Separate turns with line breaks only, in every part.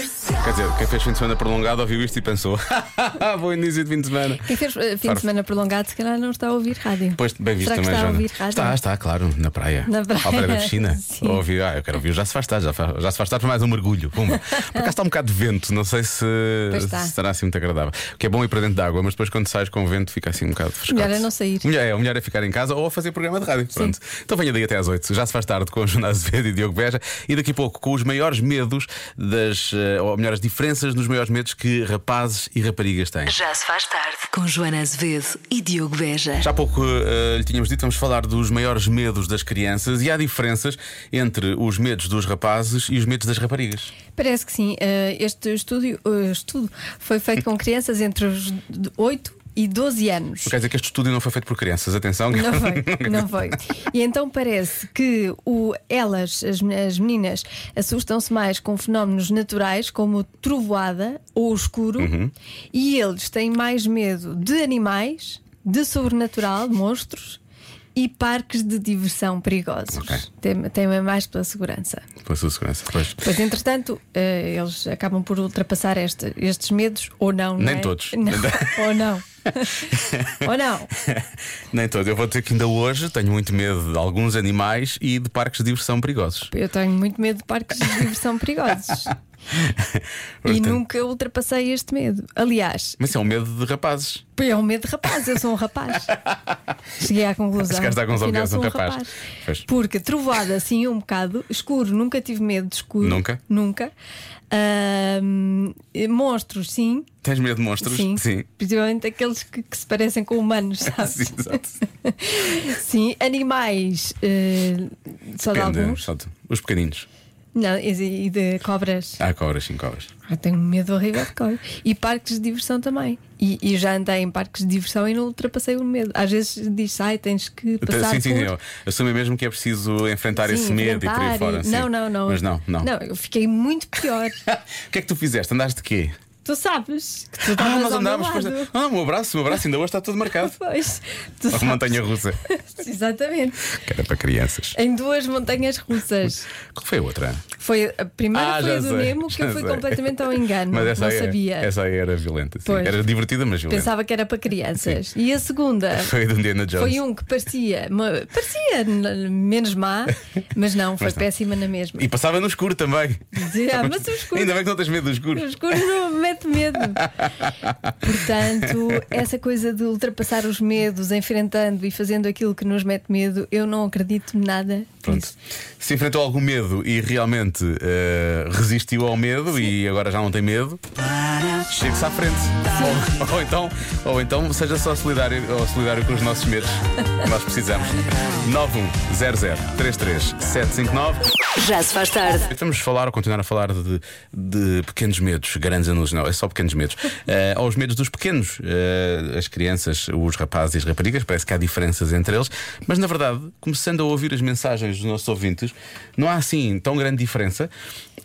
dizer, quem fez fim de semana prolongado ouviu isto e pensou: Bom início de fim de semana.
Quem fez eh, fim
Farf.
de semana prolongado, se calhar não está a ouvir rádio.
Pois bem visto
Será que
também,
está a
Joana.
ouvir rádio?
Está, está, claro, na praia.
Na praia,
Ao pé da piscina.
sim.
Ou ouvir, ah, eu quero ouvir, o já se faz tarde, já, fa- já se faz tarde para mais um mergulho. Pumba. Por acaso está um bocado de vento, não sei se,
Pois
se
está.
será assim muito agradável. O que é bom ir para dentro da água, mas depois quando sais com o vento fica assim um bocado frescado.
Melhor é não sair.
O melhor é, o melhor é ficar em casa ou a fazer programa de rádio. Pronto. Então venha daí até às 8. Já se faz tarde com a Joana Azevedo e Diogo Beja e daqui a pouco com os maiores medos das, eh, ou melhor, as diferenças nos maiores medos que rapazes e raparigas têm.
Já se faz tarde com Joana Azevedo e Diogo Beja.
Já há pouco eh, lhe tínhamos dito, vamos falar dos maiores medos das crianças e há diferenças entre os medos dos rapazes e os medos das raparigas.
Parece que sim. Eh, Este estúdio, eh, estudo foi feito com crianças entre os d- 8 e 12 anos.
Tu quer dizer que este estúdio não foi feito por crianças, atenção.
Não foi, não foi. E então parece que o, elas, as, men- as meninas, assustam-se mais com fenómenos naturais como trovoada ou escuro,
Uhum.
e eles têm mais medo de animais, de sobrenatural, de monstros e parques de diversão perigosos.
Ok.
Tem- Temem mais pela segurança.
Pela sua segurança, pois.
Pois, entretanto, eh, eles acabam por ultrapassar este- estes medos, ou não, não
Nem
é?
todos.
Não, ou não. ou não.
Nem todo. Eu vou dizer que ainda hoje tenho muito medo de alguns animais e de parques de diversão perigosos.
Eu tenho muito medo de parques de diversão perigosos. e
Portanto,
nunca ultrapassei este medo. Aliás,
Mas isso é um medo de rapazes.
é um medo de rapaz, eu sou um rapaz. Cheguei à conclusão.
Chegaste à conclusão que
afinal
és um
sou
rapaz. Pois.
Porque trovoada assim um bocado, escuro, nunca tive medo de escuro.
Nunca?
Nunca. Ahm, eh, monstros, sim.
Tens medo de monstros?
Sim,
Sim.
principalmente aqueles que, que se parecem com humanos, sabes?
Sim, exato.
Sim, animais, eh, só de
Depende,
alguns.
só de- Os pequeninos.
Não, e e de cobras.
Há cobras, sim, cobras.
Ah, tenho medo horrível de cobras. E parques de diversão também. E, e já andei em parques de diversão e não ultrapassei o medo. Às vezes diz, ai, tens que passar.
sim, sim,
por...
eu assumo mesmo que é preciso enfrentar
Sim,
esse medo e por
enfrentar
aí fora. sim.
Não, não, não.
Mas não, não.
Não, eu fiquei muito pior.
O que é que tu fizeste? Andaste de quê?
tu sabes que tu estavas
Ah, nós
ao
andámos.
meu
Pois...
lado.
Ah, o meu braço, o meu braço ainda hoje está todo marcado.
Pois, tu
A
sabes.
montanha russa.
Exatamente.
Que era para crianças.
Em duas montanhas russas.
Qual foi a outra?
Foi a primeira
ah,
foi
já
a do
sei,
Nemo que
já
eu fui
sei.
completamente ao engano.
Mas essa
não
aí, é-
sabia.
Essa aí era violenta. sim.
Pois.
Era divertida, mas violenta.
Pensava que era para crianças. E a segunda
Foi a do Indiana Jones.
Foi um que parecia, ma- parecia n- menos má, mas não, foi
Mas não.
péssima na mesma.
E passava no escuro também.
Dizia, ah, mas o escuro,
Ainda bem que não tens medo do escuro.
o escuro não me mete medo. Portanto, essa coisa de ultrapassar os medos, enfrentando e fazendo aquilo que nos mete medo, eu não acredito nada
Pronto.
nisso.
Se enfrentou algum medo e realmente eh, resistiu ao medo e agora já não tem medo, chegue-se à frente. Ou, ou então, ou então seja só solidário, ou solidário com os nossos medos. Nós precisamos. 910033759.
Já se faz tarde
Vamos falar ou continuar a falar de, de pequenos medos, grandes anos, não, é só pequenos medos. Eh, aos medos dos pequenos, eh, as crianças, os rapazes e as raparigas, parece que há diferenças entre eles, mas na verdade, começando a ouvir as mensagens dos nossos ouvintes, não há assim tão grande diferença.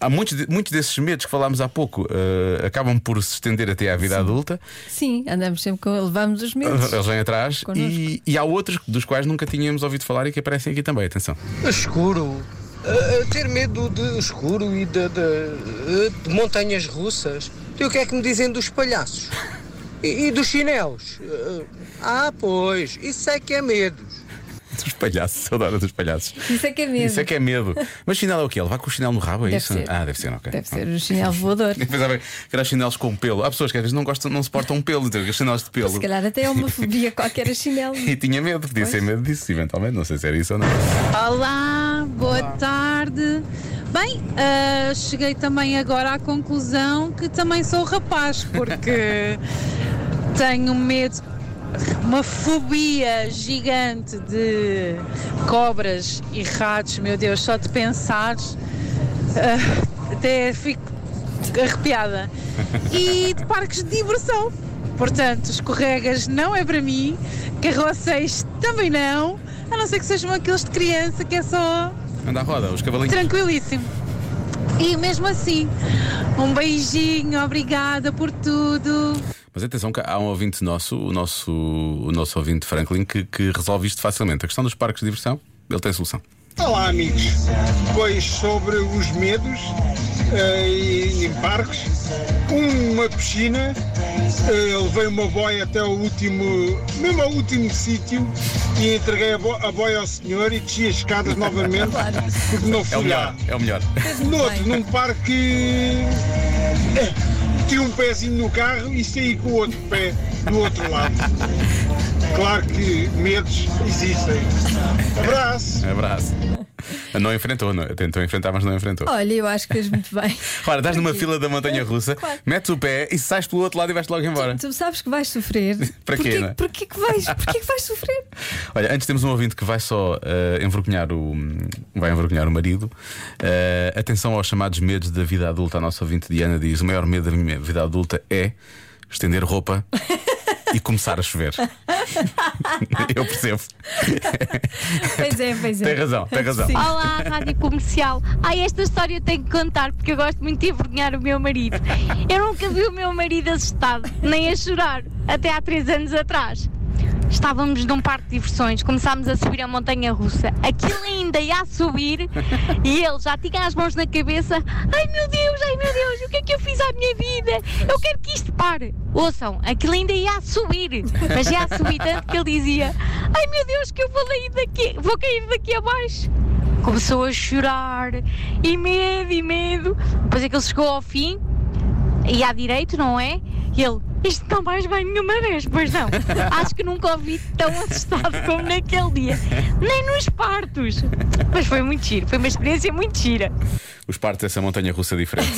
Há muitos, de- muitos desses medos que falámos há pouco eh, acabam por se estender até à vida adulta,
Sim, andamos sempre com. levamos os medos.
eles vêm atrás,
Connosco.
e, e há outros dos quais nunca tínhamos ouvido falar e que aparecem aqui também. Atenção.
Escuro. Ah, ah, ter medo de escuro e de, de- ah, de montanhas russas. E o que é que me dizem dos palhaços? E, e dos chinelos? Ah, ah, pois, isso é que é medos.
Dos palhaços, eu adoro dos palhaços.
Isso é que é medo.
Isso é que é medo. Mas chinelo é o quê? Ele vai com o chinelo no rabo, é
Deve
isso?
ser.
Ah, deve ser, ok.
Deve ser o chinelo voador.
Eu pensava que era chinelos com pelo. Há pessoas que às vezes não gostam, não suportam pelo, então, que chinelos de pelo.
Se calhar até é uma fobia qualquer a chinelo.
E tinha medo, podia ser medo disso, eventualmente, não sei se era isso ou não.
Olá, boa tarde. Bem, ah, cheguei também agora à conclusão que também sou rapaz, porque tenho medo, uma fobia gigante de cobras e ratos, meu Deus, só de pensar. ah, até fico arrepiada. E de parques de diversão. Portanto, escorregas não é para mim, carroceis também não, a não ser que sejam aqueles de criança que é só
Anda à roda, os cavalinhos.
tranquilíssimo. E mesmo assim, um beijinho, obrigada por tudo.
Mas atenção, que há um ouvinte nosso, o nosso, o nosso ouvinte Franklin, que, que resolve isto facilmente. A questão dos parques de diversão, ele tem solução.
Olá, amigos. Pois sobre os medos eh, e embarques, uma piscina, eh, levei uma boia até o último, mesmo ao último sítio e entreguei a, bo- a boia ao senhor e desci as escadas novamente
Claro.
porque não
É o
fui
melhor,
lá.
é o melhor.
Fez muito
Noutro,
bem.
num parque, eh, meti um pezinho no carro e saí com o outro pé do outro lado. Claro que medos existem. Abraço!
Um Abraço. Não enfrentou, não. tentou enfrentar, mas não enfrentou.
Olha, eu acho que fez muito bem.
Ora, estás numa
Porque
fila da montanha russa,
Oh. É, Claro.
metes o pé e sais pelo outro lado e vais logo embora.
Tu sabes que vais sofrer.
Para quê,
Porquê,
não é?
porquê que vais? Porquê que vais sofrer?
Olha, antes temos um ouvinte que vai só eh, envergonhar o. Vai envergonhar o marido. Eh, atenção aos chamados medos da vida adulta. A nossa ouvinte Diana diz: o maior medo da minha vida adulta é estender roupa. E começar a chover. Eu percebo.
Pois é, pois é.
Tem razão, tem razão.
Sim.
Olá, Rádio Comercial. Ah, esta história eu tenho que contar porque eu gosto muito de envergonhar o meu marido. Eu nunca vi o meu marido assustado, nem a chorar, até há três anos atrás. Estávamos num parque de diversões, começámos a subir a montanha russa. Aquilo ainda ia a subir e ele já tinha as mãos na cabeça. Ai meu Deus, ai meu Deus, o que é que eu fiz à minha vida? Eu quero que isto pare. Ouçam, aquilo ainda ia a subir, mas ia a subir tanto que ele dizia: Ai meu Deus, que eu vou, ler daqui, vou cair daqui abaixo. Começou a chorar e medo e medo. Depois é que ele chegou ao fim e à direita, não é? E ele, isto não mais bem nenhuma vez, pois não. Acho que nunca ouvi tão assustado como naquele dia. Nem nos partos. Mas foi muito giro, foi uma experiência muito gira.
Os partes dessa montanha russa diferente.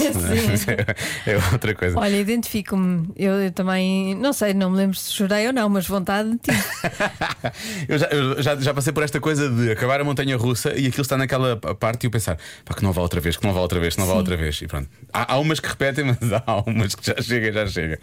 é outra coisa.
Olha, identifico-me. Eu, eu também, não sei, não me lembro se chorei ou não, mas vontade tive.
Eu, já, eu já, já passei por esta coisa de acabar a montanha russa e aquilo está naquela pa- parte e eu pensar pá, que não vá outra vez, que não vá outra vez, que não vá outra vez. E pronto. Há, há umas que repetem, mas há umas que já chega, já chega.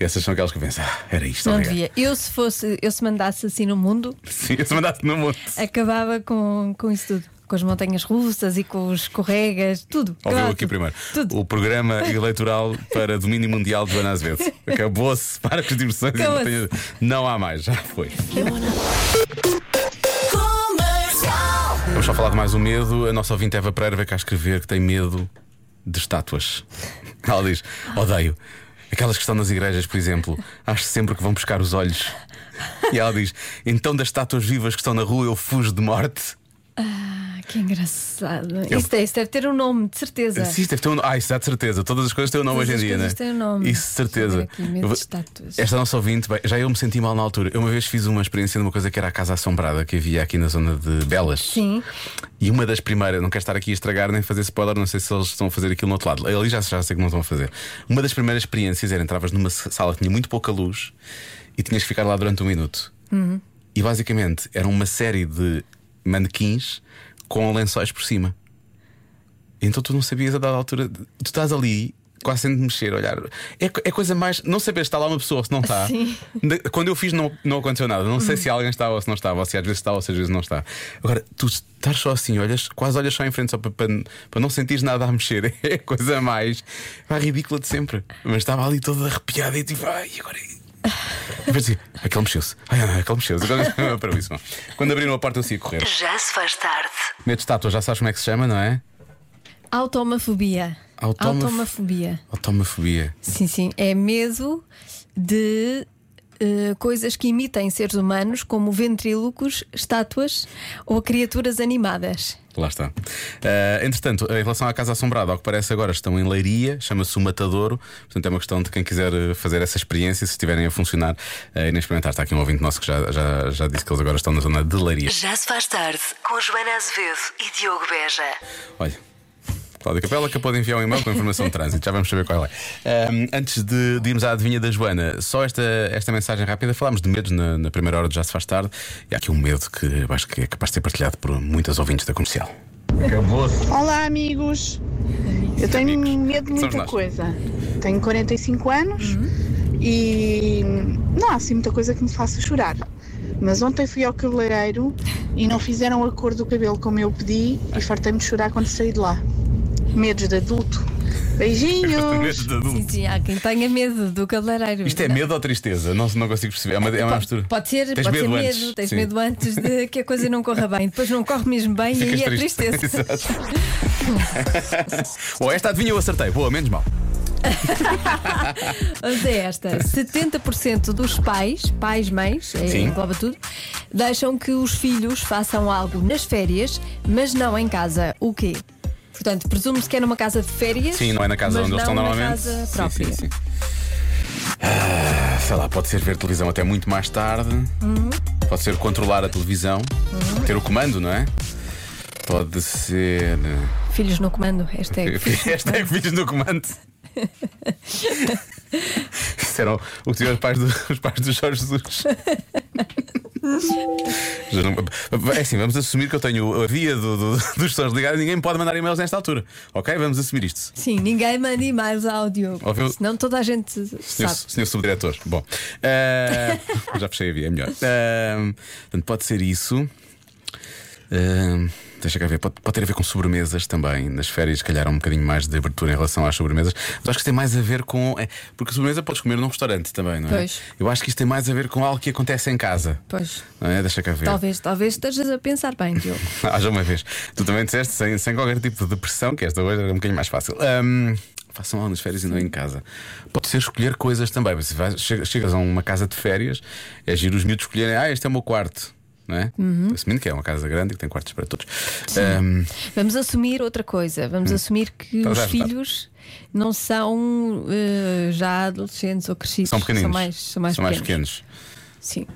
E essas são aquelas que eu penso, ah, era isto.
Não
obrigado."
devia. Eu, se fosse, eu se mandasse assim no mundo,
Sim, se mandasse no mundo.
acabava com, com isso tudo. Com as montanhas russas e com os corregas, tudo.
Ouviu
Acabava
aqui
tudo.
primeiro.
Tudo.
O programa eleitoral para domínio mundial de Joana Azevedo. Acabou-se, para com as diversões e
Acabou-se.
montanhas. Não há mais, já foi. Vamos só falar de mais um medo. A nossa ouvinte Eva Pereira veio cá escrever que tem medo de estátuas. Ela diz: odeio. Aquelas que estão nas igrejas, por exemplo, acho sempre que vão buscar os olhos. E ela diz: então das estátuas vivas que estão na rua eu fujo de morte.
Ah, que engraçado.
Eu-
Isso, deve, isso deve ter um nome, de certeza.
Sim, deve ter um... Ah, isso dá de certeza. Todas as coisas têm um nome
Todas
hoje em dia,
as coisas
né?
têm um nome.
Isso, de certeza.
Deixa eu ver aqui, medo de estátuas.
Esta nossa ouvinte, bem, já eu me senti mal na altura. Eu uma vez fiz uma experiência de uma coisa que era a Casa Assombrada que havia aqui na zona de Belas.
Sim.
E uma das primeiras, não quero estar aqui a estragar nem fazer spoiler, não sei se eles estão a fazer aquilo no outro lado. Ali já, já sei que não estão a fazer. Uma das primeiras experiências era entravas numa sala que tinha muito pouca luz e tinhas que ficar lá durante um minuto. E basicamente era uma série de manequins com lençóis por cima. Então tu não sabias a dada altura. de- Tu estás ali. Quase sem te mexer, olhar. É, co- é coisa mais. Não saber se está lá uma pessoa ou se não está.
Sim.
De- Quando eu fiz, não, não aconteceu nada. Não sei se alguém estava ou se não estava, ou se às vezes está ou se às vezes não está. Agora, tu estás só assim, olhas, quase olhas só em frente, só para, para, para não sentires nada a mexer. É a coisa mais. pá, ridícula de sempre. Mas estava ali toda arrepiada e tipo, ai, agora. Eu pensei, aquele mexeu-se, ai, ai, aquele mexeu-se. Agora- Para isso, não. Quando abriram a porta, eu saí a correr.
Já se faz tarde.
Medo de estátua, já sabes como é que se chama, não é?
Automafobia.
Automaf-
Automafobia.
Automafobia.
Sim, sim. É medo de eh, coisas que imitem seres humanos, como ventrílocos, estátuas ou criaturas animadas.
Lá está. Ah, entretanto, em relação à Casa Assombrada, ao que parece agora estão em Leiria, chama-se o Matadouro. Portanto, é uma questão de quem quiser eh, fazer essa experiência, se estiverem a funcionar eh, e nem experimentar. Está aqui um ouvinte nosso que já, já, já disse que eles agora estão na zona de Leiria.
Já se faz tarde com Joana Azevedo e Diogo Beja.
Olha. Cláudia Capela que pode enviar um e-mail com informação de trânsito, já vamos saber qual é. Ahm, antes de, de irmos à adivinha da Joana, só esta, esta mensagem rápida. Falámos de medos na, na primeira hora de Já Se Faz Tarde e há aqui um medo que eu acho que é capaz de ser partilhado por muitas ouvintes da comercial.
Olá, amigos. Eu tenho
Amigos.
medo de muita
Somos nós. Uhum.
coisa. Tenho 45 anos e não há assim muita coisa que me faça chorar. Mas ontem fui ao cabeleireiro e não fizeram a cor do cabelo como eu pedi e fartei-me de chorar quando saí de lá. Medos de adulto. Beijinhos!
Medo de adulto.
Sim, sim, há quem tenha medo do cabeleireiro.
Isto é medo ou tristeza? Não, não consigo perceber. É uma, é uma mistura.
Pode ser,
Tens
pode
medo
ser
antes.
medo, tens
Sim.
medo antes de que a coisa não corra bem. Depois não corre mesmo bem
Ficas
e aí é
triste.
tristeza.
Exato. Ou esta adivinha eu acertei. Boa, menos mal.
Mas é esta: 70% dos pais, pais, mães, eh,
Sim.
engloba tudo, deixam que os filhos façam algo nas férias, mas não em casa. O quê? Portanto, presume-se que é numa casa de férias.
Sim, não é na casa
mas
onde eles
não
estão
na
normalmente.
Casa
Sim,
própria.
sim, sim. Ah, sei lá, pode ser ver televisão até muito mais tarde.
Uhum.
Pode ser controlar a televisão. Ter o comando, não é? Pode ser. eh,
Filhos no comando, hashtag.
Esta é vídeos no comando. Isso era o o que tinham os pais do, os pais do Jorge Jesus. Já não- É assim, vamos assumir que eu tenho a via do, do- dos sons ligados ninguém me pode mandar e-mails nesta altura. Ok? Vamos assumir isto.
Sim, ninguém manda e-mails ao Diogo.
Ouviu?
Senão toda a gente
Senhor,
sabe.
senhor subdiretor. Bom, eh, já fechei a via, é melhor. Eh, portanto, pode ser isso. Eh, deixa cá ver, pode, pode ter a ver com sobremesas também. Nas férias, se calhar, há um bocadinho mais de abertura em relação às sobremesas. Mas acho que isto tem mais a ver com. é, porque a sobremesa podes comer num restaurante também, não é?
Pois.
Eu acho que isto tem mais a ver com algo que acontece em casa.
Pois.
Não é? Deixa cá ver.
Talvez, talvez estejas a pensar bem, Diogo.
Haja uma vez. Tu também disseste sem, sem qualquer tipo de pressão, que esta hoje era um bocadinho mais fácil. Ahm, façam algo nas férias e não em casa. Pode ser escolher coisas também. Se vais- che- chegas a uma casa de férias, é giro os miúdos escolherem, ah, este é o meu quarto. Não é?
Uhum.
Assumindo que é uma casa grande e que tem quartos para todos. Ahm,
Vamos assumir outra coisa. Vamos
Hum.
assumir que
Estás a
os
ajudar.
filhos não são eh, já adolescentes ou crescidos.
são pequeninos.
mais, são mais pequenos.
pequenos. Ah,
Sim.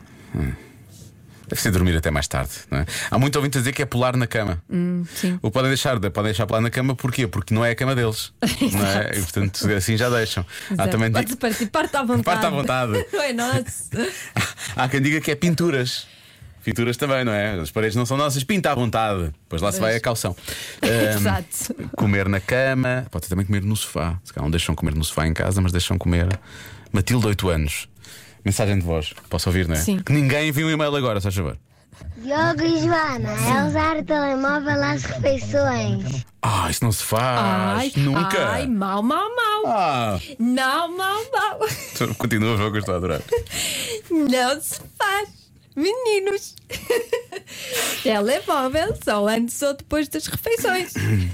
Deve ser dormir até mais tarde. Não é? Há muito ouvinte a dizer que é pular na cama.
Hum, Sim.
O podem deixar, podem deixar pular na cama, porquê? Porque não é a cama deles. não é? E, portanto, assim já deixam. Há
Exato.
também
Podes partir, parte à vontade.
Parte à vontade.
não é nosso.
Há quem diga que é pinturas. Pinturas também, não é? As paredes não são nossas, pinta à vontade. Pois lá se vai a calção. Ahm,
Exato.
Comer na cama, pode ser também comer no sofá. Se calhar não deixam comer no sofá em casa, mas deixam comer. Matilde, 8 anos. Mensagem de voz, posso ouvir, não é?
Sim.
Que ninguém envia um e-mail agora, se faz favor.
Diogo e Joana, é usar o telemóvel às refeições.
Ah, isso não se faz.
ai,
Nunca.
ai, mal, mal, mal.
Ah,
Não, mal, mal.
continua o jogo, eu estou a adorar.
Não se faz. Meninos. Telemóvel só antes ou depois das refeições.
Hum.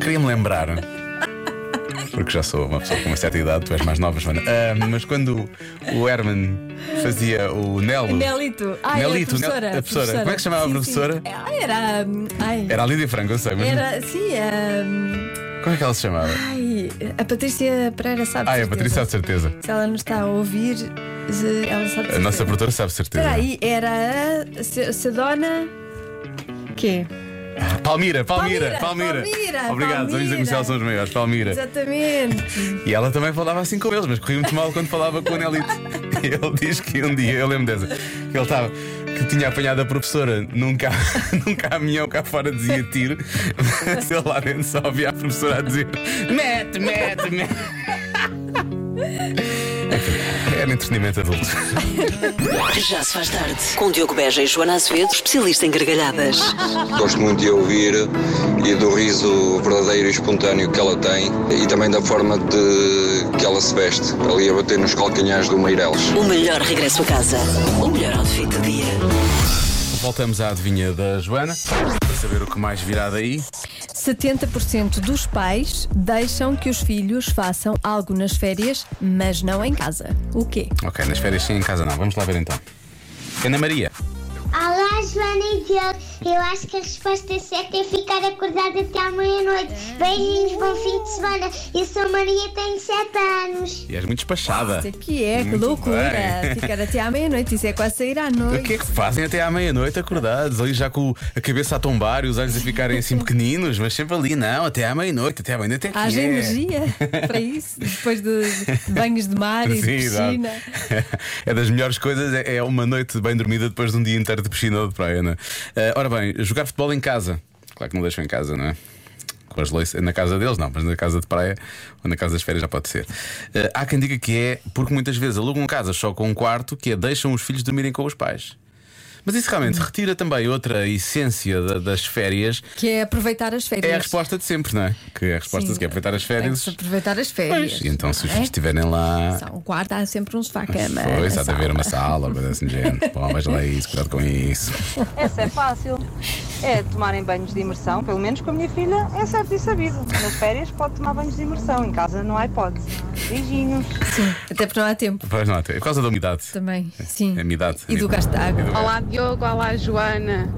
Queria-me lembrar. Porque já sou uma pessoa com uma certa idade, tu és mais nova, Joana. Ah, mas quando o Herman fazia o Nelo.
Nelito. Ai, era
Nelito,
professora,
Nel- a professora. Como é que se chamava a
Sim,
professora?
sim. Ela Era. hum, Ai,
Era a Lídia Franco, eu sei, mas
era, sim, hum,
como é que ela se chamava?
ai, a Patrícia Pereira sabe.
Ah, é a
certeza.
Patrícia, de certeza.
Se ela não está a ouvir, se- ela sabe.
A nossa
certeza.
produtora sabe, de certeza.
Espera aí, era a se, se dona. Quê?
Palmira, Palmira,
Palmira,
Palmira.
Palmira,
Obrigado, os amigos da
Palmira.
comercial são os maiores, Palmira.
Exatamente.
E ela também falava assim com eles, mas corria muito mal quando falava com o Nelito. Ele diz que um dia, eu lembro dessa, que ele estava, que tinha apanhado a professora num, ca, num caminhão cá fora dizia tiro, mas ele lá dentro só ouvia a professora a dizer mete, mete, mete. Enfim, Era É, entretenimento adulto.
Já se faz tarde. Com Diogo Beja e Joana Azevedo, especialista em gargalhadas.
Gosto muito de a ouvir e do riso verdadeiro e espontâneo que ela tem e também da forma de que ela se veste, ali a bater nos calcanhares do Meireles.
O melhor regresso a casa. O melhor outfit do dia.
Voltamos à adivinha da Joana para saber o que mais virá daí.
70% dos pais deixam que os filhos façam algo nas férias, mas não em casa. O quê?
Ok, nas férias sim, em casa não. Vamos lá ver então. Ana Maria.
Olá, Joana e Diogo. Eu acho que a resposta certa é ficar acordada até à meia-noite.
É.
Beijinhos, bom fim de semana. Eu sou Maria, tenho 7 anos.
E és muito despachada.
Isso é que é, que
Muito
loucura!
bem.
Ficar até à meia-noite, isso é quase sair à
O
noite.
que é que fazem até à meia-noite acordados, ali já com a cabeça a tombar e os olhos a ficarem assim pequeninos, mas sempre ali, não, até à meia-noite, até à meia-noite é que
Haja
é.
energia para isso, depois de de banhos de mar e de
Sim, exato.
piscina.
É das melhores coisas, é é uma noite bem dormida depois de um dia inteiro de piscina ou de praia, não é? Ah, ora bem, jogar futebol em casa. Claro que não deixam em casa, não é? Com as leis, na casa deles não, mas na casa de praia ou na casa das férias já pode ser. Ah, há quem diga que é porque muitas vezes alugam casas só com um quarto que é deixam os filhos dormirem com os pais. Mas isso
Hum.
realmente retira também outra essência da- das férias.
Que é aproveitar as férias.
É a resposta de sempre, não é? Que é a resposta
Sim.
de que é aproveitar as
Tem que
férias.
se aproveitar as férias.
Pois, e então se os
não é?
filhos estiverem lá.
Só um quarto, há sempre um sofá cama.
Pois, há de haver uma sala, ou coisa assim do género. Pô, veja lá isso, cuidado com isso.
Essa é fácil. É tomarem banhos de imersão, pelo menos com a minha filha, é certo e sabido. Nas férias pode tomar banhos de imersão, em casa não há hipótese. Beijinhos.
Sim, até porque não há tempo
Pois não, é por causa da umidade.
também.
É,
Sim.
A umidade.
E do gasto de água.
E do-
Olá Diogo, olá Joana.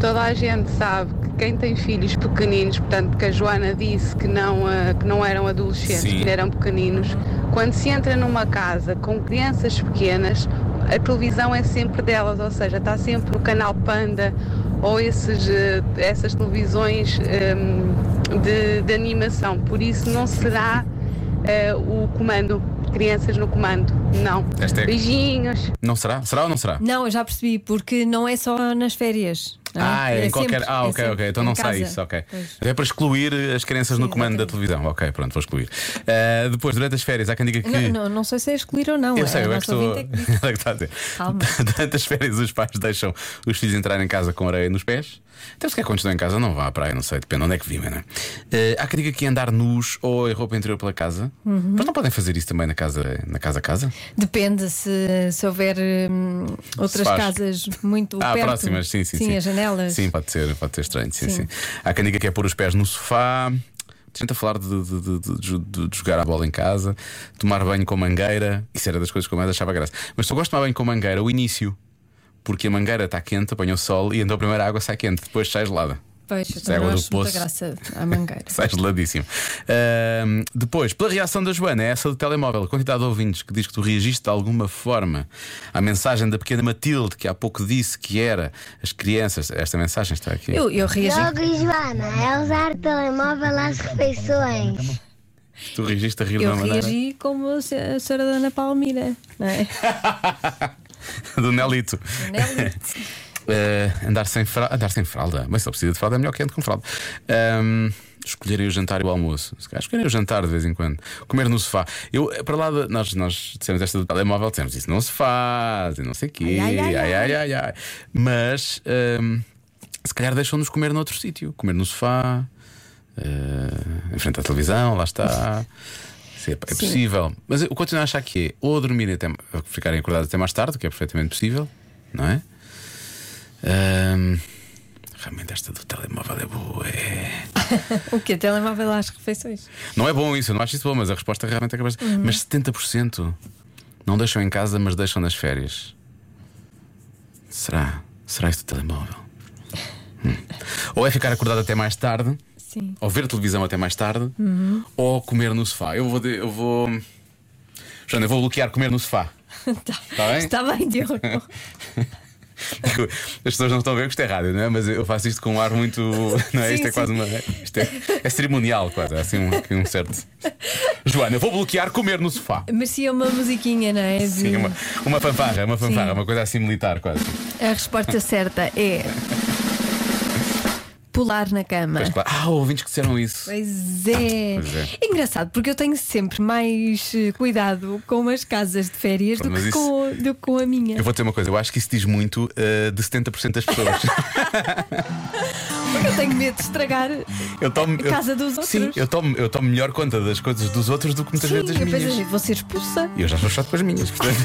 Toda a gente sabe que quem tem filhos pequeninos, portanto que a Joana disse que não, ah, que não eram adolescentes,
Sim.
que ainda eram pequeninos, quando se entra numa casa com crianças pequenas, a televisão é sempre delas, ou seja, está sempre o canal Panda ou esses, eh, essas televisões hum, de, de animação. Por isso não será eh, o comando, crianças no comando, não.
Hashtag.
Beijinhos.
Não será? Será ou não será?
Não, eu já percebi, porque não é só nas férias. não
Ah, é, em qualquer.
sempre,
ah,
é
ok,
sempre
ok. Então
em
não
casa.
sai isso, ok.
Pois.
É para excluir as crianças no
Sim,
comando da
exatamente.
televisão. Ok, pronto, vou excluir. Ah, depois, durante as férias, há quem diga que.
Não, não, não sei se é excluir ou não.
Eu sei,
A
eu é que
nossa
estou.
ouvinte é que-
Ela é que está a dizer.
Calma.
Durante as férias, os pais deixam os filhos entrarem em casa com areia nos pés. Até se quer quando estão em casa, não vá à praia, não sei, depende de onde é que vivem, não é? Eh, há quem diga que andar nus ou em roupa interior pela casa.
Uhum.
Mas não podem fazer isso também na casa na casa? a casa?
Depende se, se houver hum, outras
faz.
casas muito
Ah,
perto.
próximas, sim, sim.
Sim, as janelas.
Sim, pode ser, pode ser estranho, sim, sim.
Sim.
Há quem diga que é pôr os pés no sofá. Tenta falar de, de- de- de- de- de- de jogar a bola em casa, tomar banho com mangueira. Isso era das coisas que eu mais achava graça. Mas só gosto de tomar banho com mangueira, é o início. Porque a mangueira está quente, apanha o sol e então a primeira água sai quente, depois sai gelada.
Pois, eu
Isso é
também
água
não
do
acho muita
poço.
graça à mangueira.
Sai geladíssimo. Ahm, depois, pela reação da Joana, é essa do telemóvel. A quantidade de ouvintes que diz que tu reagiste de alguma forma à mensagem da pequena Matilde, que há pouco disse que era as crianças. Esta mensagem está aqui.
Eu, eu reagi.
Logo, Joana, é usar o telemóvel às refeições.
Tu reagiste a rir de
Eu
uma maneira.
reagi como a se- a senhora Dona Palmira, não é?
do Nelito.
Nelly.
Eh, andar, sem fra- andar sem fralda. Mas se eu precisa de fralda, é melhor que ande com fralda. Ahm, escolherem o jantar e o almoço. Se calhar escolherem o jantar de vez em quando. Comer no sofá. Eu, eh, para lá, de- nós, nós dissemos esta do telemóvel, dissemos isso não se faz, e não sei o quê.
Ai, ai, ai,
ai, ai, ai. Mas ahm, se calhar deixam-nos comer noutro sítio. Comer no sofá, eh, em frente à televisão, lá está. Sim, é possível. Mas eu continuo a achar que é ou dormir até ficarem acordados até mais tarde, que é perfeitamente possível, não é? Ahm, realmente esta do telemóvel é boa. é.
O que? Telemóvel às refeições.
Não é bom isso, eu não acho isso bom, mas a resposta realmente é capaz. de. Mas 70% não deixam em casa, mas deixam nas férias. Será? Será isto do telemóvel? Hum. Ou é ficar acordado até mais tarde,
Sim.
ou ver televisão até mais tarde, ou comer no sofá. Eu vou. de- Eu vou... Joana, eu vou bloquear comer no sofá. Tá bem?
Está bem, Diogo.
As pessoas não estão a ver que isto é rádio, não é? Mas eu faço isto com um ar muito. Não é?
Sim,
isto é
sim.
quase uma. Isto é, é cerimonial, quase. Há assim um, aqui um certo. Joana, eu vou bloquear comer no sofá.
Merecia uma musiquinha, não é?
Sim,
De-
uma, uma fanfarra, uma fanfarra,
Sim.
uma coisa assim militar, quase.
A resposta certa é. Pular na cama.
Mas, claro. Ah, ouvintes que disseram isso.
Pois é.
Pois é.
Engraçado, porque eu tenho sempre mais eh, cuidado com as casas de férias do
Mas
que,
isso-
com, do que com a minha.
Eu vou dizer uma coisa, eu acho que isso diz muito eh, de 70% das pessoas.
Porque eu tenho medo de estragar.
Eu tomo,
A casa dos outros.
Sim, eu tomo, eu tomo melhor conta das coisas dos outros do que muitas
Sim,
vezes das
eu
minhas.
penso, assim, vou ser expulsa.
E eu já sou chato com as minhas, portanto.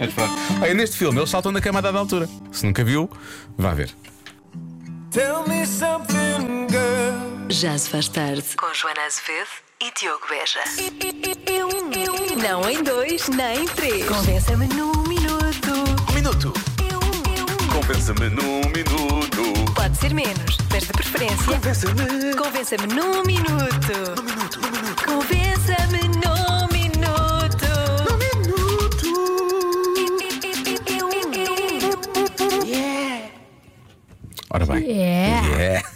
Mas pronto. É Olha, neste filme eles saltam da cama a dada altura. Se nunca viu, vá ver.
Já se faz tarde. Com Joana Azevedo e Diogo Beja.
Não em dois, nem em três.
Convença-me num minuto.
Um minuto. Compensa-me num minuto.
um. Pode ser menos, mas de preferência. Convença-me. Convença-me num minuto. Num minuto, num minuto. Convença-me num minuto. Num minuto.
Ora bem.
Yeah.
Yeah.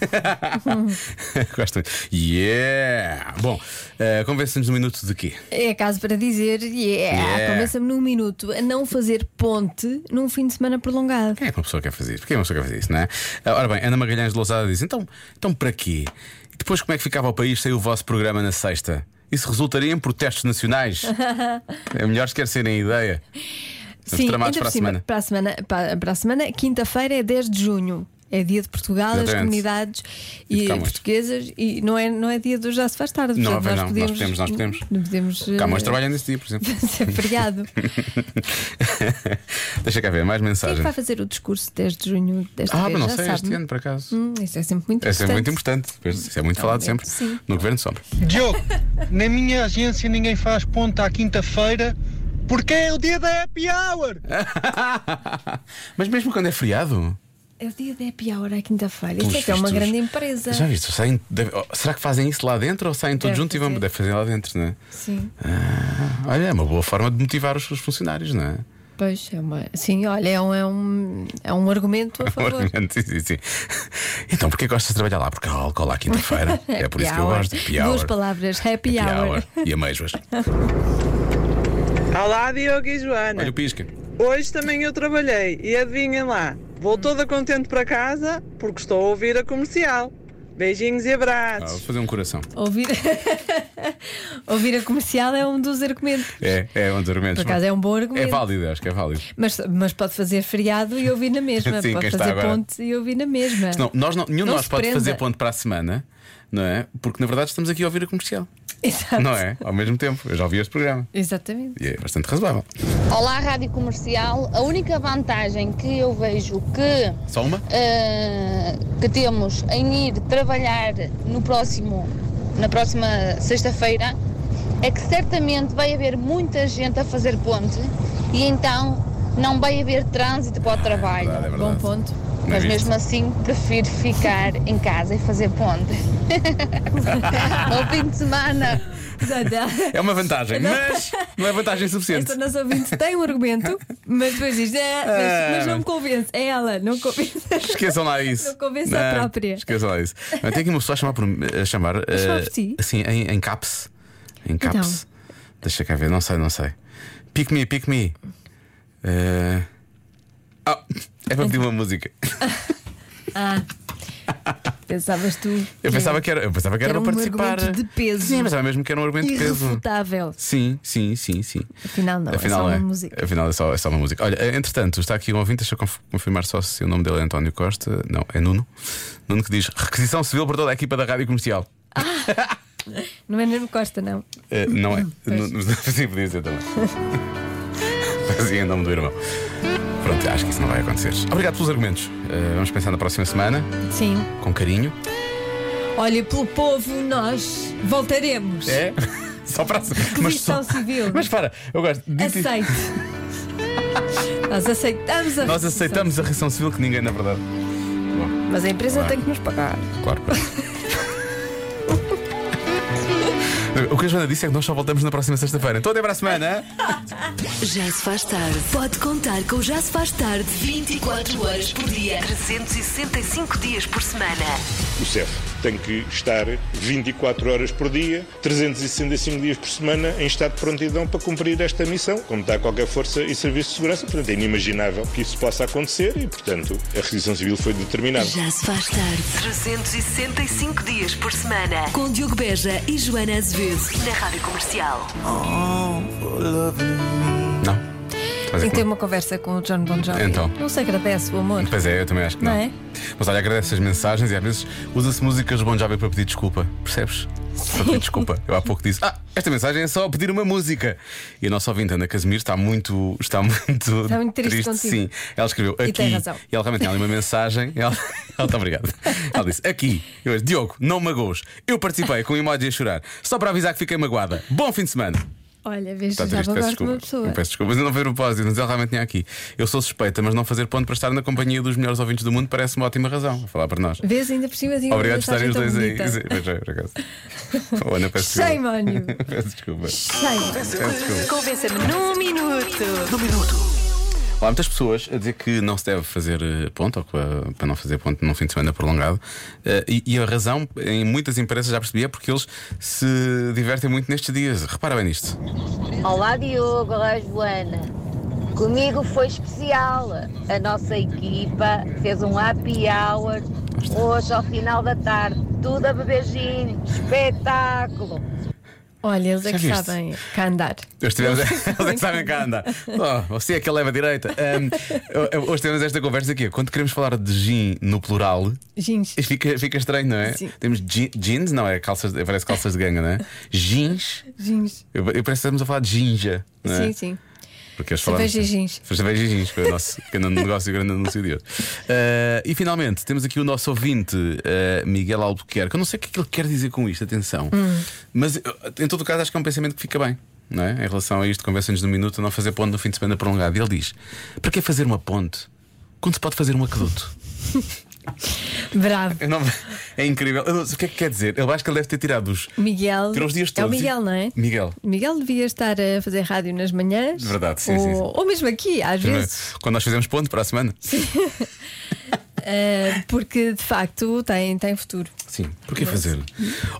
Gosto muito. Yeah! Bom, eh, convença-nos num minuto de quê?
É caso para dizer, yeah,
Yeah.
convença-me num minuto a não fazer ponte num fim de semana prolongado.
Quem é que uma pessoa quer fazer isso? Porquê uma pessoa quer fazer isso, não é? Ah, Ora bem, Ana Magalhães de Lousada diz: então, então para quê? E depois como é que ficava o país sem o vosso programa na sexta? Isso resultaria em protestos nacionais? é melhor esquecerem a ideia. Estamos tramados
ainda
para
por
a
cima,
semana.
Para a semana, para, para a semana, quinta-feira é 10 de junho. É dia de Portugal, das
Exatamente.
comunidades
E
e
de Camões.
portuguesas e não é, não é dia do já se faz tarde.
Não,
portanto,
não, nós podemos, nós podemos. Camões
podemos,
trabalha nesse dia, por exemplo.
eh, ser feriado.
Deixa cá ver, mais
Quem é que
mensagens.
vai fazer o discurso 10 de junho desta
Ah,
vez?
mas não
já
sei,
sabe.
este ano, por acaso.
Hum, isso é sempre muito
É sempre muito
importante.
importante. pois, Isso é muito falado sempre.
sim.
No Governo Sombra.
Diogo, na minha agência ninguém faz ponta à quinta-feira porque é o dia da happy hour.
Mas mesmo quando é feriado.
É o dia da happy hour à quinta-feira. Isto é
pelos
que é uma
vistos-
grande empresa.
Já viste? Saem- deve- oh, será que fazem isso lá dentro ou saem todos
Deve
juntos e vão.
fazer.
Deve fazer lá dentro, não é?
Sim,
Olha, é uma boa forma de motivar os seus funcionários, não é?
pois é uma. Sim, olha, é um, é um, é um argumento a favor.
Sim, sim, sim. Então, porquê gostas de trabalhar lá? Porque há álcool lá à quinta-feira. É por isso que eu
Happy hour.
gosto. Happy
Duas
hour.
palavras, happy,
Happy
hour.
hour. E ameijoas.
Olá, Diogo e Joana.
Olha o pisca.
Hoje também eu trabalhei e adivinhem lá, vou toda contente para casa porque estou a ouvir a comercial. Beijinhos e
Ah, vou
abraços.
fazer um coração.
Ouvir... Ouvir a comercial é um dos argumentos.
É, é um dos argumentos.
Por acaso é um bom
É
argumento.
válido, acho que é válido.
mas, mas pode fazer feriado e ouvir na mesma.
Sim, quem
pode
está
fazer
agora-
ponte e ouvir na mesma.
Senão, nós não, nenhum de
É. Não
nós
se
pode
prenda.
fazer ponto para a semana, não é? Porque na verdade estamos aqui a ouvir a comercial,
Exato.
não é? Ao mesmo tempo, eu já ouvi este programa
Exatamente.
e é bastante razoável.
Olá, Rádio Comercial. A única vantagem que eu vejo que eh,
Só uma?
que temos em ir trabalhar no próximo, na próxima sexta-feira é que certamente vai haver muita gente a fazer ponte e então não vai haver trânsito para o trabalho.
Verdade, é
Bom
verdade.
ponto.
Não é
Mas
visto?
mesmo assim prefiro ficar em casa e fazer ponte. Bom fim de semana!
Exato.
É uma vantagem, mas não é vantagem suficiente.
Esta nossa ouvinte tem um argumento, mas depois diz: é,
Ah,
mas, mas não me convence. É ela, não convence.
Esqueçam lá isso.
Não convence a própria.
Esqueçam lá isso. Mas tem aqui uma pessoa a chamar por, mim- a chamar,
chamar
eh,
por Então. ti?
assim, em, em caps. Em caps. Deixa cá ver, não sei, não sei. Pick me, pick me. Eh, Ah, é para pedir uma música.
Pensavas tu. é
Eu pensava que era, eu pensava que era,
Era um
para participar.
argumento de peso.
Sim, eu pensava mesmo que era um argumento de peso.
irrefutável.
Sim, sim, sim, sim.
Afinal, não. é só
Afinal,
uma
é.
música.
Afinal, é só, é só uma música. Olha, eh, entretanto, está aqui um ouvinte, deixa eu conf- confirmar só se o nome dele é António Costa. Não, é Nuno. Nuno que diz: requisição civil para toda a equipa da rádio comercial.
Não é Nuno Costa, não.
Eh, não
Hum,
é. Nuno, sim, podia dizer também. Fazia em nome do irmão. Pronto, acho que isso não vai acontecer. Obrigado pelos argumentos. Eh, vamos pensar na próxima semana,
Sim.
com carinho.
Olha, pelo povo, nós voltaremos.
É? Só para a se- mas só-
Requisição civil.
Mas para, eu gosto. Dito-
Aceite. Nós aceitamos a
Nós
requisição.
aceitamos a reação civil que ninguém, na verdade.
Mas a empresa tem que nos pagar.
Claro. O que a Joana disse é que nós só voltamos na próxima sexta-feira. Então até para a semana.
Já se faz tarde. Pode contar com o Já se faz tarde 24 horas por dia, 365 dias por semana.
O CEF tem que estar 24 horas por dia, 365 dias por semana, em estado de prontidão para cumprir esta missão, como está qualquer força e serviço de segurança. Portanto, é inimaginável que isso possa acontecer e, portanto, a requisição civil foi determinada.
Já se faz tarde 365 dias por semana. Com Diogo Beja e Joana Azevedo na Rádio Comercial.
Não. Mas é
Tem
que
que ter uma conversa com o John Bon Jovi.
Então.
Não se agradece o amor.
não. Pois é, eu também acho que não.
Não é?
Mas olha, agradeço as mensagens e às vezes usa-se músicas do Bon Jovi para pedir desculpa, percebes? Para pedir desculpa. Eu há pouco disse: Ah, esta mensagem é só pedir uma música. E a nossa ouvinte Ana Casimiro está muito, está muito,
Está muito triste contigo.
Sim, ela escreveu aqui.
E tem razão.
E ela realmente tem ali uma mensagem. Ela, ela está obrigada. Ela disse: Aqui, eu disse, Diogo, não magoes. Eu participei com um emoji a chorar, só para avisar que fiquei magoada. Bom fim de semana.
Olha, vejo
Está
já
Tá triste, peço
vou agora com uma
desculpa.
pessoa.
Eu Peço desculpa, mas eu não vejo o propósito, mas ele realmente tinha aqui. Eu sou suspeita, mas não fazer ponto para estar na companhia dos melhores ouvintes do mundo parece uma ótima razão. Vou falar para nós.
Vês ainda por cima tinha uma
Obrigado por estarem os dois
mensagem
aí.
tão
Sim,
bonita.
Pois é, por acaso. Oh, Ana, peço desculpa.
Shame on you.
Peço desculpa.
Shame.
Peço desculpa.
Convença-me num minuto.
Há muitas pessoas a dizer que não se deve fazer eh, ponto, ou que, eh, para não fazer ponto num fim de semana prolongado. Eh, E, e a razão, em muitas empresas já percebi, é porque eles se divertem muito nestes dias. Repara bem nisto.
Olá Diogo, olá Joana. Comigo foi especial. A nossa equipa fez um happy hour hoje ao final da tarde. Tudo a beber gin. Espetáculo.
Olha, eles
Já
é que
viste?
sabem cá andar.
Hoje tivemos. Eles é que sabem cá andar. Oh, você é que leva direita. Ahm, hoje tivemos esta conversa aqui. Quando queremos falar de gin no plural,
Jeans.
fica, fica estranho, não é?
Sim.
Temos je- jeans, não é? Calças, parece calças de ganga, não é? Jeans.
Jeans.
Eu, eu parece que estamos a falar de ginja. Não é?
Sim, sim.
Porque eles falaram. assim.
Cerveja e jeans.
Cerveja e jeans, foi o nosso grande negócio e grande anúncio de hoje. Eh, e finalmente, temos aqui o nosso ouvinte, eh, Miguel Albuquerque. Eu não sei o que é que ele quer dizer com isto, atenção.
Hum.
Mas eh, em todo caso, acho que é um pensamento que fica bem. Não é? Em relação a isto, convenções no minuto, não fazer ponte no fim de semana prolongado. E ele diz: para que fazer uma ponte quando se pode fazer um aqueduto?
Bravo.
Eu não- É incrível. Eu não sei o que é que quer dizer? Eu acho que ele deve ter tirado os.
Miguel.
Tirou os dias
é o
todos.
Miguel, não é?
Miguel.
Miguel devia estar a fazer rádio nas manhãs.
Verdade, sim,
ou,
sim, sim.
ou mesmo aqui, às vezes.
Quando nós fizemos ponte para a semana?
Ah, porque de facto tem, tem futuro.
Sim, porquê fazer?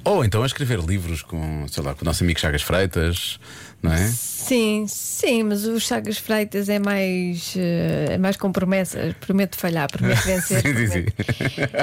Ou então a escrever livros com, sei lá, com o nosso amigo Chagas Freitas, não é?
Sim, sim, mas o Chagas Freitas é mais, eh, é mais com promessas. Prometo falhar, prometo vencer.
sim, sim, sim.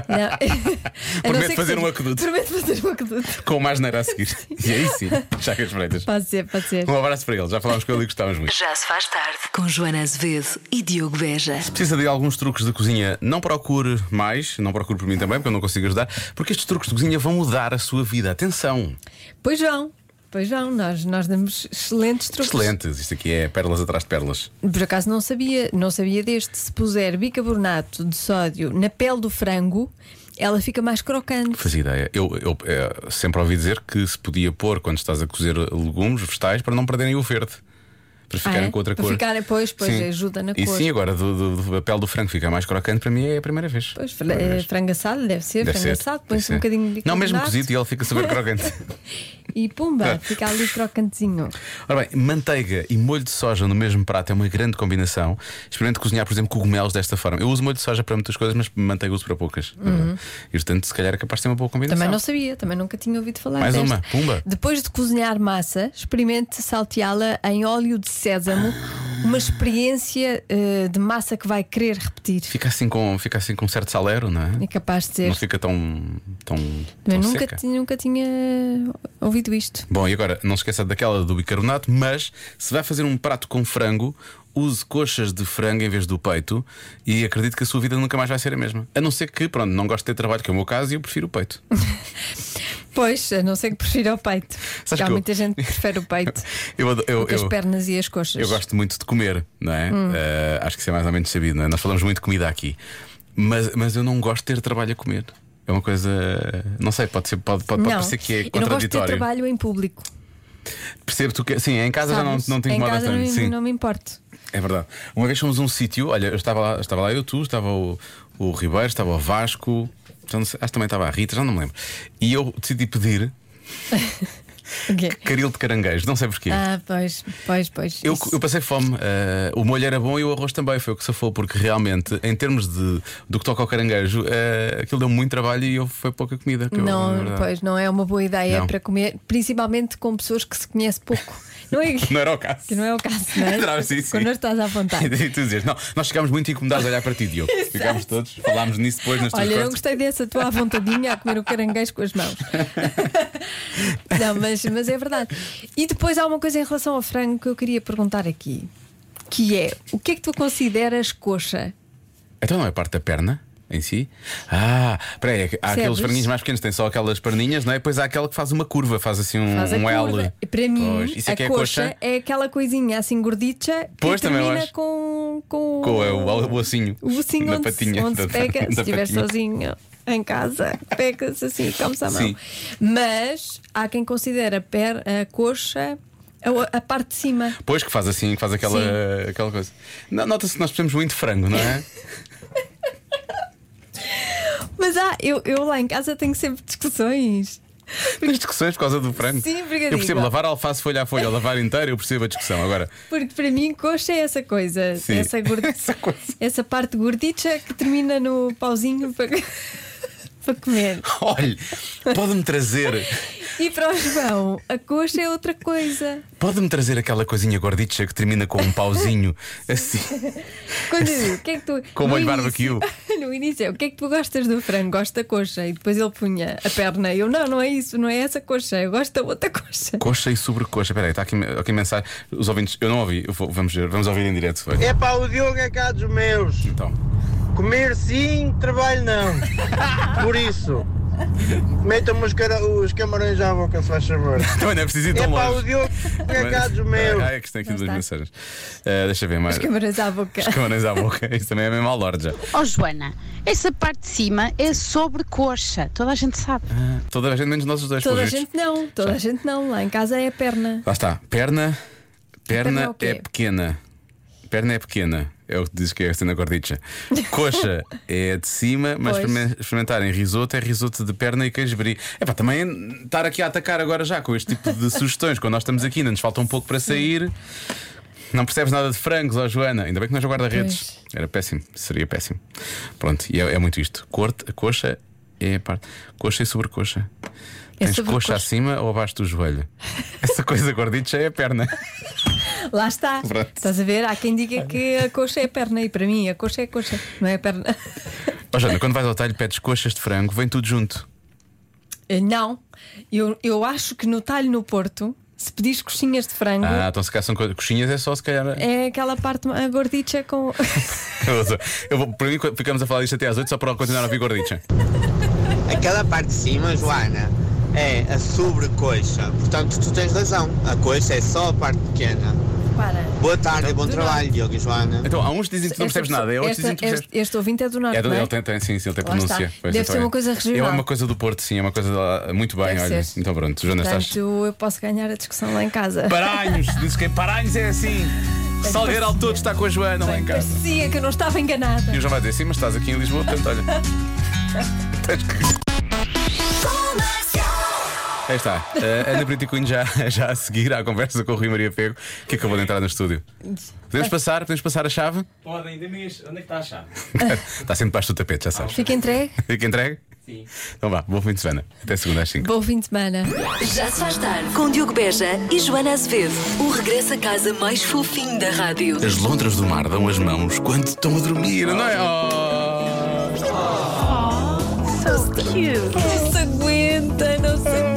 Não. A não
Prometo
ser que
fazer um
seja-
aqueduto.
Prometo fazer um aqueduto.
Com mais neira a seguir. E aí sim, Chagas Freitas.
Pode ser, pode ser.
Um abraço para ele, já falámos com ele e gostávamos muito.
Já se faz tarde com Joana Azevedo e Diogo Beja.
Precisa de alguns truques de cozinha, não procure mais, não procure por mim também, porque eu não consigo ajudar, porque estes truques de cozinha vão mudar a sua vida. Atenção!
Pois vão, pois vão, nós, nós damos excelentes truques.
Excelentes, isto aqui é pérolas atrás de pérolas.
Por acaso não sabia, não sabia deste. Se puser bicarbonato de sódio na pele do frango, ela fica mais crocante.
Fazia ideia. Eu, eu, eh, sempre ouvi dizer que se podia pôr quando estás a cozer legumes, vegetais, para não perderem o verde. Para
Ah,
ficarem
é?
com outra
Para
cor.
ficarem, pois, pois,
Sim.
ajuda na
e
cor.
sim, agora do, do- do- a pele do frango fica mais crocante, para mim é a primeira vez.
Pois, fra-
Primeira
eh,
vez.
frango assado, deve ser,
Deve
frango
ser,
assado,
deve
põe-se um
ser.
bocadinho de
Não, mesmo
bicarbonato
cozido e ele fica super crocante.
E pumba, fica ali crocantezinho.
Ora bem, manteiga e molho de soja no mesmo prato é uma grande combinação. Experimente cozinhar, por exemplo, cogumelos desta forma. Eu uso molho de soja para muitas coisas, mas manteiga uso para poucas.
Uhum.
E portanto, se calhar é capaz de ser uma boa combinação.
Também não sabia, também nunca tinha ouvido falar
Mais
desta.
uma, pumba.
Depois de cozinhar massa, experimente salteá-la em óleo de sésamo, uma experiência eh, de massa que vai querer repetir.
Fica assim com, fica assim com um certo salero, não é?
É capaz de ser.
Não fica tão. tão,
Eu
tão
nunca,
seca.
ti- nunca tinha ouvido isto.
Bom, e agora, não se esqueça daquela do bicarbonato, mas se vai fazer um prato com frango, use coxas de frango em vez do peito e acredito que a sua vida nunca mais vai ser a mesma. A não ser que, pronto, não goste de ter trabalho, que é o meu caso, e eu prefiro o peito.
Pois, a não ser que prefira o peito.
Sabes
Porque há
que eu-
muita gente que prefere o peito.
Eu, ado- eu,
do que as
eu-
pernas e as coxas.
eu gosto muito de comer, não é?
Hum.
Eh, acho que isso é mais ou menos sabido, não é? Nós falamos muito de comida aqui, mas, mas eu não gosto de ter trabalho a comer. É uma coisa. Não sei, pode, ser, pode, pode, pode
não,
parecer que é
eu não gosto de ter
contraditório.
trabalho em público.
Percebo tu que. Sim, em casa
sabes?
já não, não te
em
incomodas
casa
tanto.
não,
sim.
não me importo.
É verdade. Uma vez fomos a um sítio, olha, eu estava lá, estava lá eu, tu, estava o, o Ribeiro, estava o Vasco, já não sei, acho que também estava a Rita, já não me lembro. E eu decidi pedir
Ok.
caril de caranguejo, não sei porquê.
Ah, pois, pois, pois.
Eu,
Isso.
eu passei fome, eh, o molho era bom e o arroz também, foi o que safou, porque realmente, em termos de, do que toca ao caranguejo, eh, aquilo deu muito trabalho e eu, foi pouca comida. que eu- na
Não,
verdade.
pois não é uma boa ideia
Não.
para comer, principalmente com pessoas que se conhece pouco. Não é
Não era o caso.
que não é o caso, não é?
Não, sim, sim.
Quando estás à vontade.
E tu dizias, não, nós ficámos muito incomodados a olhar para ti, Diogo.
Exato.
Ficámos todos, falámos nisso depois nas tuas
Olha, um eu não
costas.
gostei dessa tua à vontadinha a comer o caranguejo com as mãos. não, mas, mas é verdade. E depois há uma coisa em relação ao frango que eu queria perguntar aqui: que é o que é que tu consideras coxa?
Então não é parte da perna em si? Ah, peraí, é que há
Percebes?
aqueles franguinhos mais pequenos, tem só aquelas perninhas, não é? Depois há aquela que faz uma curva, faz assim um,
Faz a
um
curva.
L.
Para mim,
Pois, isso
a
é que é
coxa,
coxa?
é aquela coisinha assim gordicha
Pois,
que
também eu
termina
acho.
com, com,
Com o, o, o ossinho.
o focinho
na
onde,
patinha.
onde se
da-
pega,
da
se estiver
patinha.
sozinho em casa, pega-se assim, come-se à mão.
Sim.
Mas há quem considera a, per, a coxa a, a parte de cima.
Pois que faz assim, que faz aquela, aquela coisa. No- Nota-se que nós precisamos muito de frango, não é?
Mas há, eu, eu lá em casa tenho sempre discussões.
Tens discussões por causa do frango.
Sim, porque
Eu percebo
digo-
lavar a alface folha a folha, ou lavar inteira, eu percebo a discussão. Agora,
Porque para mim, coxa é essa coisa,
Sim.
essa, gordi- essa parte gordicha que termina no pauzinho para, para comer.
olhe, pode-me trazer
E para o João, a coxa é outra coisa.
Pode-me trazer aquela coisinha gordicha que termina com um pauzinho assim,
Quando eu digo, o que é que tu.
com molho
no
barbecue?
início- No início, é, o que é que tu gostas do frango? Gosto da coxa. E depois ele punha a perna. E eu, não, não é isso, não é essa coxa. Eu gosto da outra coxa.
Coxa e sobrecoxa. Espera aí, está aqui, aqui mensagem. Os ouvintes, eu não ouvi, eu vou- vamos, ver, vamos ouvir em direto. vai.
É pá, o Diogo é cá dos meus.
Então.
Comer sim, trabalho não. Por isso, metam-me os, cara- os camarões à boca, se faz favor.
Também não é preciso ir tão
é pá,
longe.
o Diogo é cá dos meus.
Ah, é que tem aqui duas mensagens. Ah, deixa eu ver mais.
As câmaras à boca.
Os camarões à boca. Isso também é mesmo à lorde já.
Ó Joana, essa parte de cima é sobre coxa, toda a gente sabe.
Toda a gente, menos nós os dois,
Toda a
pelos vistos.
gente não, toda a gente não. Lá em casa é a perna.
Lá está. Perna.
Perna é
Perna
o quê?
é pequena. Perna é pequena. É o que diz que é a cena gordicha. Coxa é de cima, mas
Pois.
experimen- experimentarem risoto é risoto de perna e queijo brie. É pá, também estar aqui a atacar agora já com este tipo de sugestões. Quando nós estamos aqui, ainda nos falta um pouco para sair. Não percebes nada de frangos, ó Joana. Ainda bem que não és o guarda-redes. Era péssimo, seria péssimo. Pronto, e é, é muito isto. Corte, coxa é a parte. Coxa e sobrecoxa.
É
Tens
sobrecoxa.
coxa acima ou abaixo do joelho? Essa coisa gordita é a perna.
Lá está.
Pronto.
Estás a ver? Há quem diga que a coxa é a perna. E para mim, a coxa é a coxa, não é a perna.
Ó Joana, quando vais ao talho, pedes coxas de frango, vem tudo junto.
Eh, Não, eu, eu acho que no talho no Porto, se pedis coxinhas de frango,
Ah, então se calhar são co- coxinhas, é só se calhar.
Uhum. é aquela parte ma- gordicha com.
Eu vou, para mim, ficamos a falar disto até às 8 só para continuar a ouvir gordicha.
Aquela parte de cima, Joana, é a sobrecoxa. Portanto, tu tens razão. A coxa é só a parte pequena.
Para.
Boa tarde e bom
Do
trabalho, Diogo e Joana.
Então, há uns que dizem que tu não
Esta
percebes
pessoa-
nada, é outros
esta-
dizem que tu percebes.
este, este ouvinte é do norte.
É, do-
não é?
ele tem, tem- sim, sim, ele tem
Lá
pronúncia.
está. Deve
então
ser
é.
uma coisa regional.
É uma coisa do Porto, sim, é uma coisa da- muito bem,
Deve
olha.
ser.
Então pronto, Joana,
Portanto,
estás.
eu posso ganhar a discussão lá em casa.
Paranhos, diz que Paranhos é assim. Salgueiro ao todo está com a Joana lá em casa.
Parecia que eu não estava enganada.
E o João vai dizer, sim, mas estás aqui em Lisboa, portanto, olha. Tens que- Aí está, a Ana Brito Cunha já, já a seguir à conversa com o Rui Maria Pego, que acabou de entrar no estúdio. Podemos passar, podemos passar a chave?
Podem, dê-me este. Onde é que está a chave?
Está sempre debaixo do tapete, já sabes.
Fica entregue.
Fica entregue?
Sim.
Então vá, bom fim de semana. Até segunda às 5.
Bom fim de semana.
Já se faz tarde com Diogo Beja e Joana Azevedo. O regresso a casa mais fofinho da rádio.
As lontras do mar dão as mãos quando estão a dormir, não é?
So cute.
Não se aguenta, não se aguenta.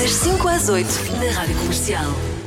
Das 5 às 8 na rádio comercial.